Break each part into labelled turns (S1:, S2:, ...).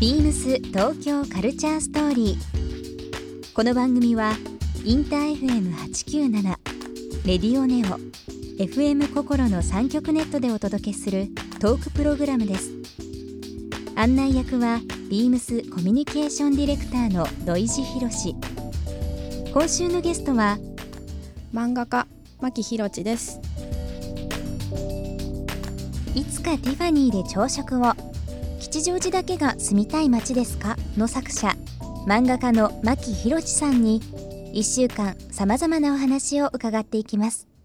S1: ビームス東京カルチャーストーリー。この番組はインター FM897 レディオネオ FM 心の三極ネットでお届けするトークプログラムです。案内役はビームスコミュニケーションディレクターの土井博志。今週のゲストは
S2: 漫画家牧博地です。
S1: いつかティファニーで朝食を吉祥寺だけが住みたい街ですかの作者漫画家の牧博地さんに1週間さまざまなお話を伺っていきます
S3: 「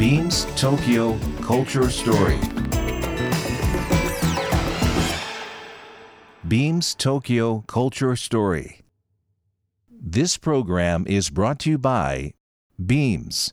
S3: BeamsBeamsBeamsTokyo Culture Story」Beams Tokyo Culture Story. This program is brought to you by Beams.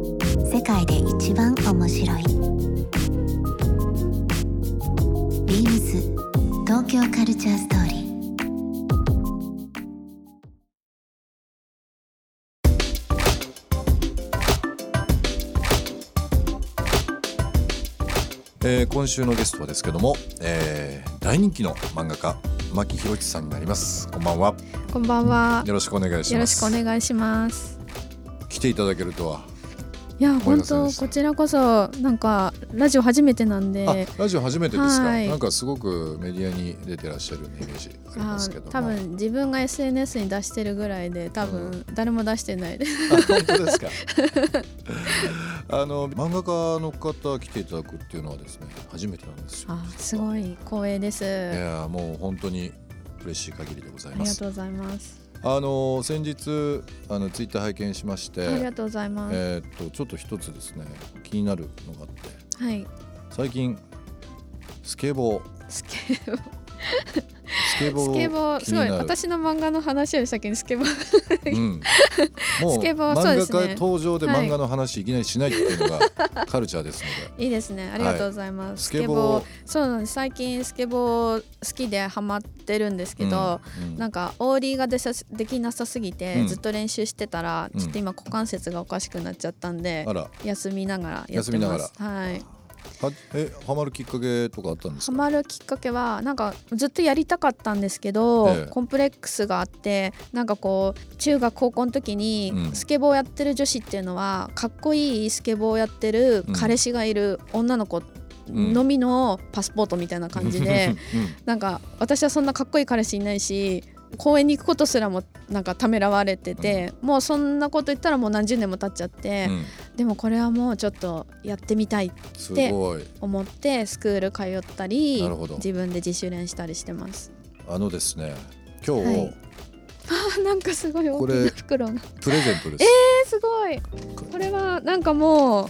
S4: 世界で一番面白いビームス東京カルチャーストーリー
S5: えー、今週のゲストはですけども、えー、大人気の漫画家牧博之さんになりますこんばんは
S2: こんばんは
S5: よろしくお願いします
S2: よろしくお願いします
S5: 来ていただけるとはい
S2: や本当こちらこそなんかラジオ初めてなんで
S5: ラジオ初めてですか、はい、なんかすごくメディアに出てらっしゃるイメージありますけど
S2: 多分自分が SNS に出してるぐらいで多分誰も出してないです、
S5: うん、本当ですか あの漫画家の方来ていただくっていうのはですね初めてなんですよ
S2: あすごい光栄ですい
S5: やもう本当に嬉しい限りでございます
S2: ありがとうございます
S5: あの先日あのツイッター拝見しまして
S2: ありがとうございます
S5: えっとちょっと一つですね気になるのがあって
S2: はい
S5: 最近スケボー
S2: スケボー
S5: スケボー
S2: スケボーすごい私の漫画の話より先にスケボー、
S5: うん、 もうスケボーそうですね漫画家登場で漫画の話いきなりしないっていうのがカルチャーですの
S2: でいいですねありがとうございます、はい、スケボーそうなんです最近スケボー好きでハマってるんですけど、うんうん、なんかオーリーがでさできなさすぎて、ずっと練習してたら、うん、ちょっと今股関節がおかしくなっちゃったんで、休みながらやってますはい
S5: はえハマるきっかけとかあったんです
S2: ハマるきっかけはなんかずっとやりたかったんですけど、ええ、コンプレックスがあってなんかこう中学高校の時に、うん、スケボーやってる女子っていうのはかっこいいスケボーやってる彼氏がいる女の子、うんのみのパスポートみたいな感じ で、うん、なんか私はそんなかっこいい彼氏いないし公園に行くことすらもなんかためらわれてて、うん、もうそんなこと言ったらもう何十年も経っちゃって、うん、でもこれはもうちょっとやってみたいって思ってスクール通ったり自分で自主練したりしてます
S5: あのですね今日、はい、
S2: あなんかすごい大きな袋が
S5: プレゼントです
S2: えー、すごいこれはなんかもう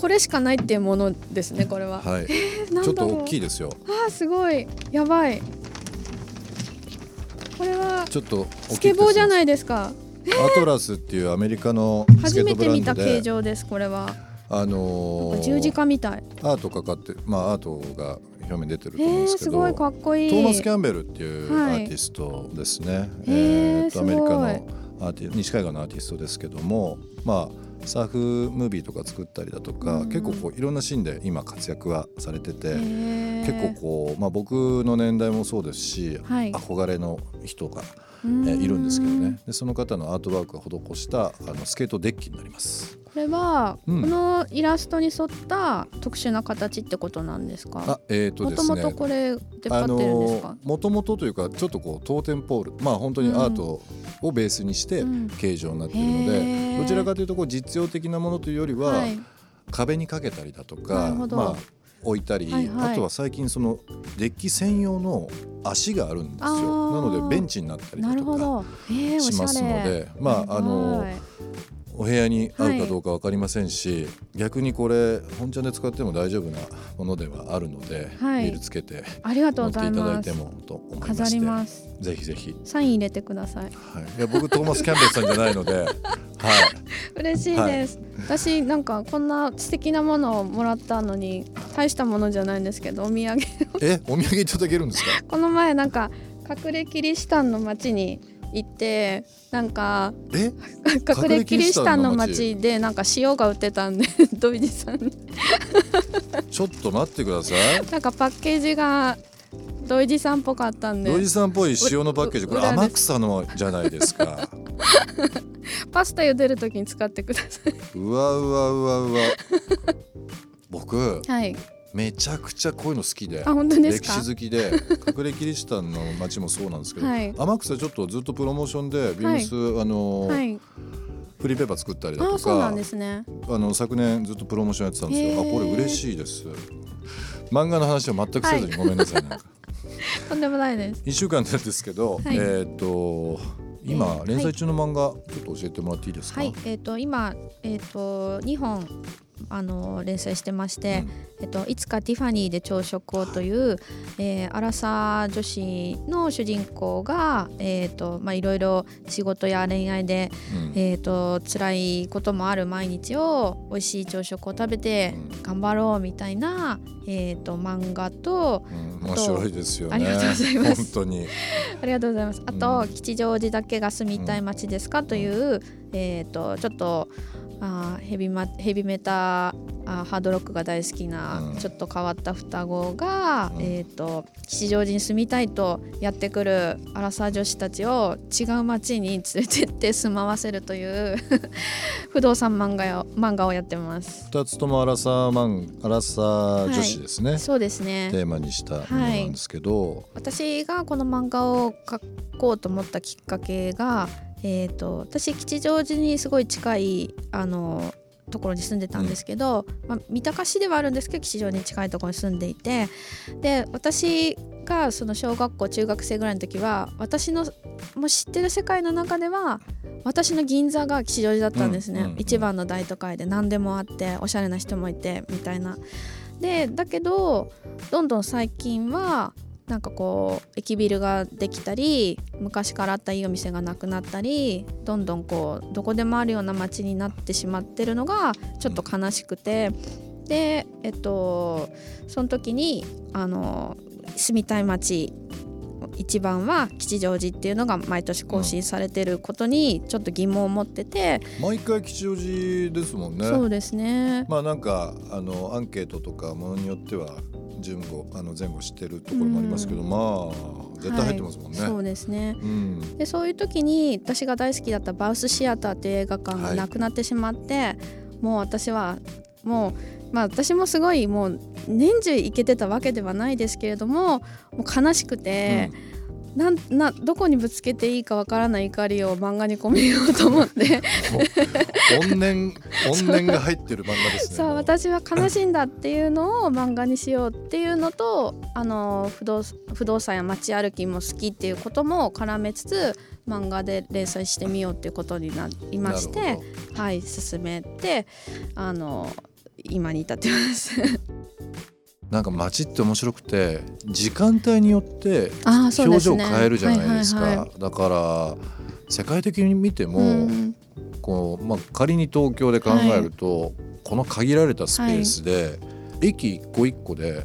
S2: これしかないっていうものですねこれは、
S5: はい、
S2: え
S5: ー、ちょっと大きいですよ
S2: あすごいやばいこれは
S5: ちょっと
S2: スケボーじゃないですか、
S5: えー、アトラスっていうアメリカの
S2: 初めて見た形状ですこれは
S5: あの
S2: ー、十字架みたい
S5: アートかかってまあアートが表面出てると思うんですけど、
S2: えー、すごいかっこいい
S5: トーマス・キャンベルっていうアーティストですね、はい、えー、えー、アメリカのアーティ西海岸のアーティストですけどもまあサーフムービーとか作ったりだとか、うん、結構こういろんなシーンで今活躍はされてて結構こう、まあ、僕の年代もそうですし、はい、憧れの人が、えー、いるんですけどねでその方のアートワークを施したあのスケートデッキになります。
S2: これは、うん、このイラストに沿った特殊な形ってことなんですか。
S5: あ、えっ、ー、とですね。
S2: もともとこれ出っ張ってるんですか。
S5: もともとというかちょっとこう当店ポール、まあ本当にアートをベースにして形状になってるので、うんうん、どちらかというとこう実用的なものというよりは、はい、壁にかけたりだとか、まあ置いたり、はいはい、あとは最近そのデッキ専用の足があるんですよなのでベンチになったりだとかしますので、まああのお部屋に合うかどうか分かりませんし、逆にこれ本ちゃんで使っても大丈夫なものではあるので、
S2: はい
S5: ビールつけて
S2: ありがとう
S5: 持って
S2: ござい
S5: いただ
S2: ま
S5: いて
S2: す
S5: もと思いまして
S2: 飾ります
S5: ぜひぜひ、
S2: サイン入れてください
S5: はい、いや僕トーマス・キャンベルさんじゃないので、はい、
S2: 嬉しいです、私なんかこんな素敵なものをもらったのに大したものじゃないんですけどお土産
S5: えお土産いただけるんですか
S2: この前なんか隠れキリシタンの町に行ってなんか
S5: え
S2: 隠れキリシタンの町でなんか塩が売ってたんで ドイジさんに
S5: ちょっと待ってください
S2: なんかパッケージがドイジさんっぽかったんで
S5: ロイジさんっぽい塩のパッケージこれ
S2: 裏です
S5: 天草のじゃないですか
S2: パスタ茹でる時に使ってください
S5: うわうわうわうわ僕
S2: はい
S5: めちゃくちゃこういうの好きで
S2: あ本当です
S5: 歴
S2: か
S5: 史好きで隠れキリシタンの町もそうなんですけど、
S2: はい
S5: 天草ちょっとずっとプロモーションでビームス、あの
S2: はい
S5: フリーペーパー作ったりだ
S2: あ
S5: と
S2: あそうな
S5: か
S2: んですね
S5: あの昨年ずっとプロモーションやってたんですよ、
S2: へー
S5: あこれ嬉しいです漫画の話を全くせずにごめんなさい、 なんか
S2: とんでもないです
S5: 1週間なんですけど、
S2: はい
S5: えーっと
S2: え
S5: 今
S2: ー
S5: 連載中の漫画ちょっと教えてもらっていいですか、
S2: はいえっ、と今えっ、と2本あの連載してまして、
S5: うん
S2: えっと、いつかティファニーで朝食をという、えー、アラサー女子の主人公が、えーとまあ、いろいろ仕事や恋愛で、
S5: うん
S2: えー、と辛いこともある毎日を美味しい朝食を食べて
S5: うん
S2: 頑張ろうみたいな、えー、と漫画と
S5: うん面白いですよね
S2: ありがとうございます
S5: 本当に
S2: ありがとうございますあと、
S5: うん
S2: 吉祥寺だけが住みたい街ですかという、えー、とちょっとあーヘビマヘビメタあーハードロックが大好きな、
S5: うん
S2: ちょっと変わった双子が、
S5: うん
S2: えー、と吉祥寺に住みたいとやってくるアラサー女子たちを違う街に連れてって住まわせるという 不動産漫画を漫画をやってます。
S5: 2つともアラサーマンアラサー女子ですね、
S2: そうですね
S5: テーマにしたものなんですけど、
S2: 私がこの漫画を描こうと思ったきっかけが、えー、と私吉祥寺にすごい近いあのところに住んでたんですけど、まあ、三鷹市ではあるんですけど吉祥寺に近いところに住んでいてで私がその小学校中学生ぐらいの時は私のもう知ってる世界の中では私の銀座が吉祥寺だったんですね、
S5: うんうんうん
S2: 一番の大都会で何でもあっておしゃれな人もいてみたいな。でだけどどんどん最近はなんかこう駅ビルができたり昔からあったいいお店がなくなったりどんどんこうどこでもあるような街になってしまってるのがちょっと悲しくて、でえっとその時にあの住みたい街一番は吉祥寺っていうのが毎年更新されてることにちょっと疑問を持ってて、
S5: 毎回吉祥寺ですもんね
S2: そうですね、
S5: まあなんかあのアンケートとかものによっては順後あの前後してるところもありますけど、
S2: う
S5: まあ絶対入ってますもんね。
S2: はいそうですね
S5: うん
S2: でそういう時に私が大好きだったバウスシアターっていう映画館
S5: は
S2: が
S5: い
S2: なくなってしまって、もう私はもうまあ私もすごいもう年中行けてたわけではないですけれどももう悲しくて、なんなどこにぶつけていいかわからない怒りを漫画に込めよう と思って
S5: 怨 念怨念が入ってる漫画ですね。
S2: そう
S5: も
S2: 私は悲しいんだっていうのを漫画にしようっていうのとあの不動不動産や街歩きも好きっていうことも絡めつつ漫画で連載してみようっていうことになりまし
S5: なる
S2: て
S5: ほど
S2: はい進めてあの今に至ってます。
S5: なんか街って面白くて時間帯によって
S2: ああ
S5: 表情を変えるじゃないですか。だから世界的に見ても、
S2: うん
S5: こうまあ、仮に東京で考えると、この限られたスペースで、駅一個一個で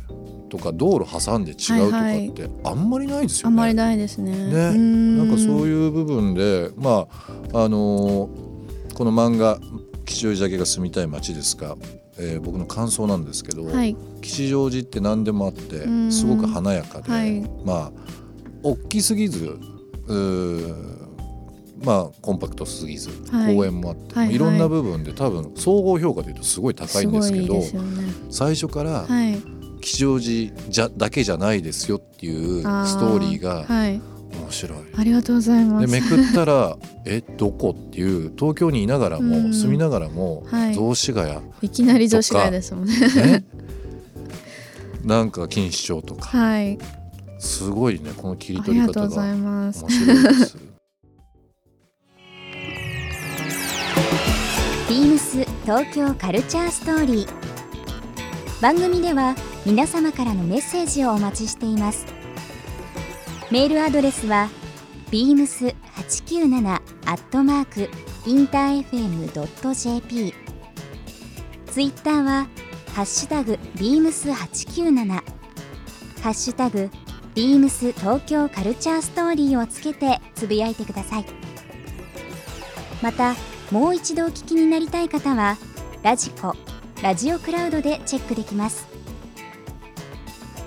S5: とか道路挟んで違うとかってあんまりないですよ
S2: あん
S5: ね。
S2: まりないですね。
S5: ねなんかそういう部分でまああのーこの漫画「吉祥寺だけが住みたい街ですか」えー僕の感想なんですけど、
S2: はい
S5: 吉祥寺って何でもあって
S2: うん
S5: すごく華やかで、
S2: はい
S5: まあ大きすぎずうーまあコンパクトすぎず、
S2: はい
S5: 公園もあって、
S2: はい
S5: いろん
S2: は
S5: ない部分で多分総合評価でいうとすごい高い
S2: す
S5: んで
S2: ご
S5: すけ
S2: い
S5: ど
S2: ですよね。
S5: 最初から
S2: はい
S5: 吉祥寺じゃだけじゃないですよっていうストーリーが
S2: はい
S5: 面白い。
S2: ありがとうございま。
S5: ですめくったら 「えどこ?」っていう東京にいながらも、
S2: うん
S5: 住みながらも、
S2: はい
S5: 雑司ヶ谷、
S2: いきなり女子会ですもんね。
S5: ね、なんか錦糸町とか、
S2: はい。
S5: すごいねこの切り
S2: あ
S5: 取
S2: り
S5: り
S2: がとう
S5: 方
S2: ござい
S5: が
S2: ます。
S5: 面白いです。
S1: ビームス東京カルチャーストーリー番組では皆様からのメッセージをお待ちしていますメールアドレスは beams897 アットマークインター FM.jp ツイッターはハッシュタグ beams897 ハッシュタグ beams 東京カルチャーストーリーをつけてつぶやいてくださいまたもう一度お聞きになりたい方はラジコラジオクラウドでチェックできます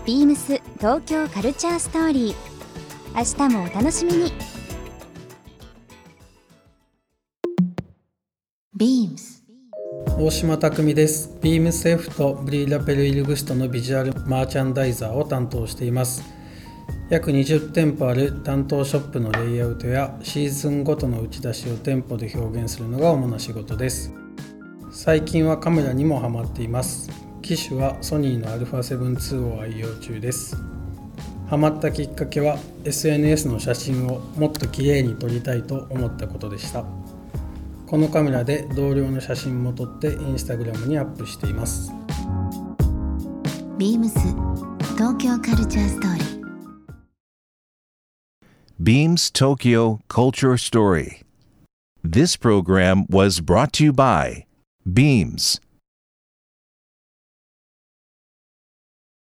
S1: ビームス東京カルチャーストーリー明日もお楽しみに
S4: Beams
S6: 大島匠ですビームス F とブリーラペルイルグストのビジュアルマーチャンダイザーを担当しています約20店舗ある担当ショップのレイアウトやシーズンごとの打ち出しを店舗で表現するのが主な仕事です最近はカメラにもハマっています機種はソニーの α7II を愛用中ですハマったきっかけは SNS の写真をもっと綺麗に撮りたいと思ったことでしたこのカメラで同僚の写真も撮ってインスタグラムにアップしています
S4: ビームス東京カルチャーストーリー
S3: Beams Tokyo Culture Story. This program was brought to you by Beams.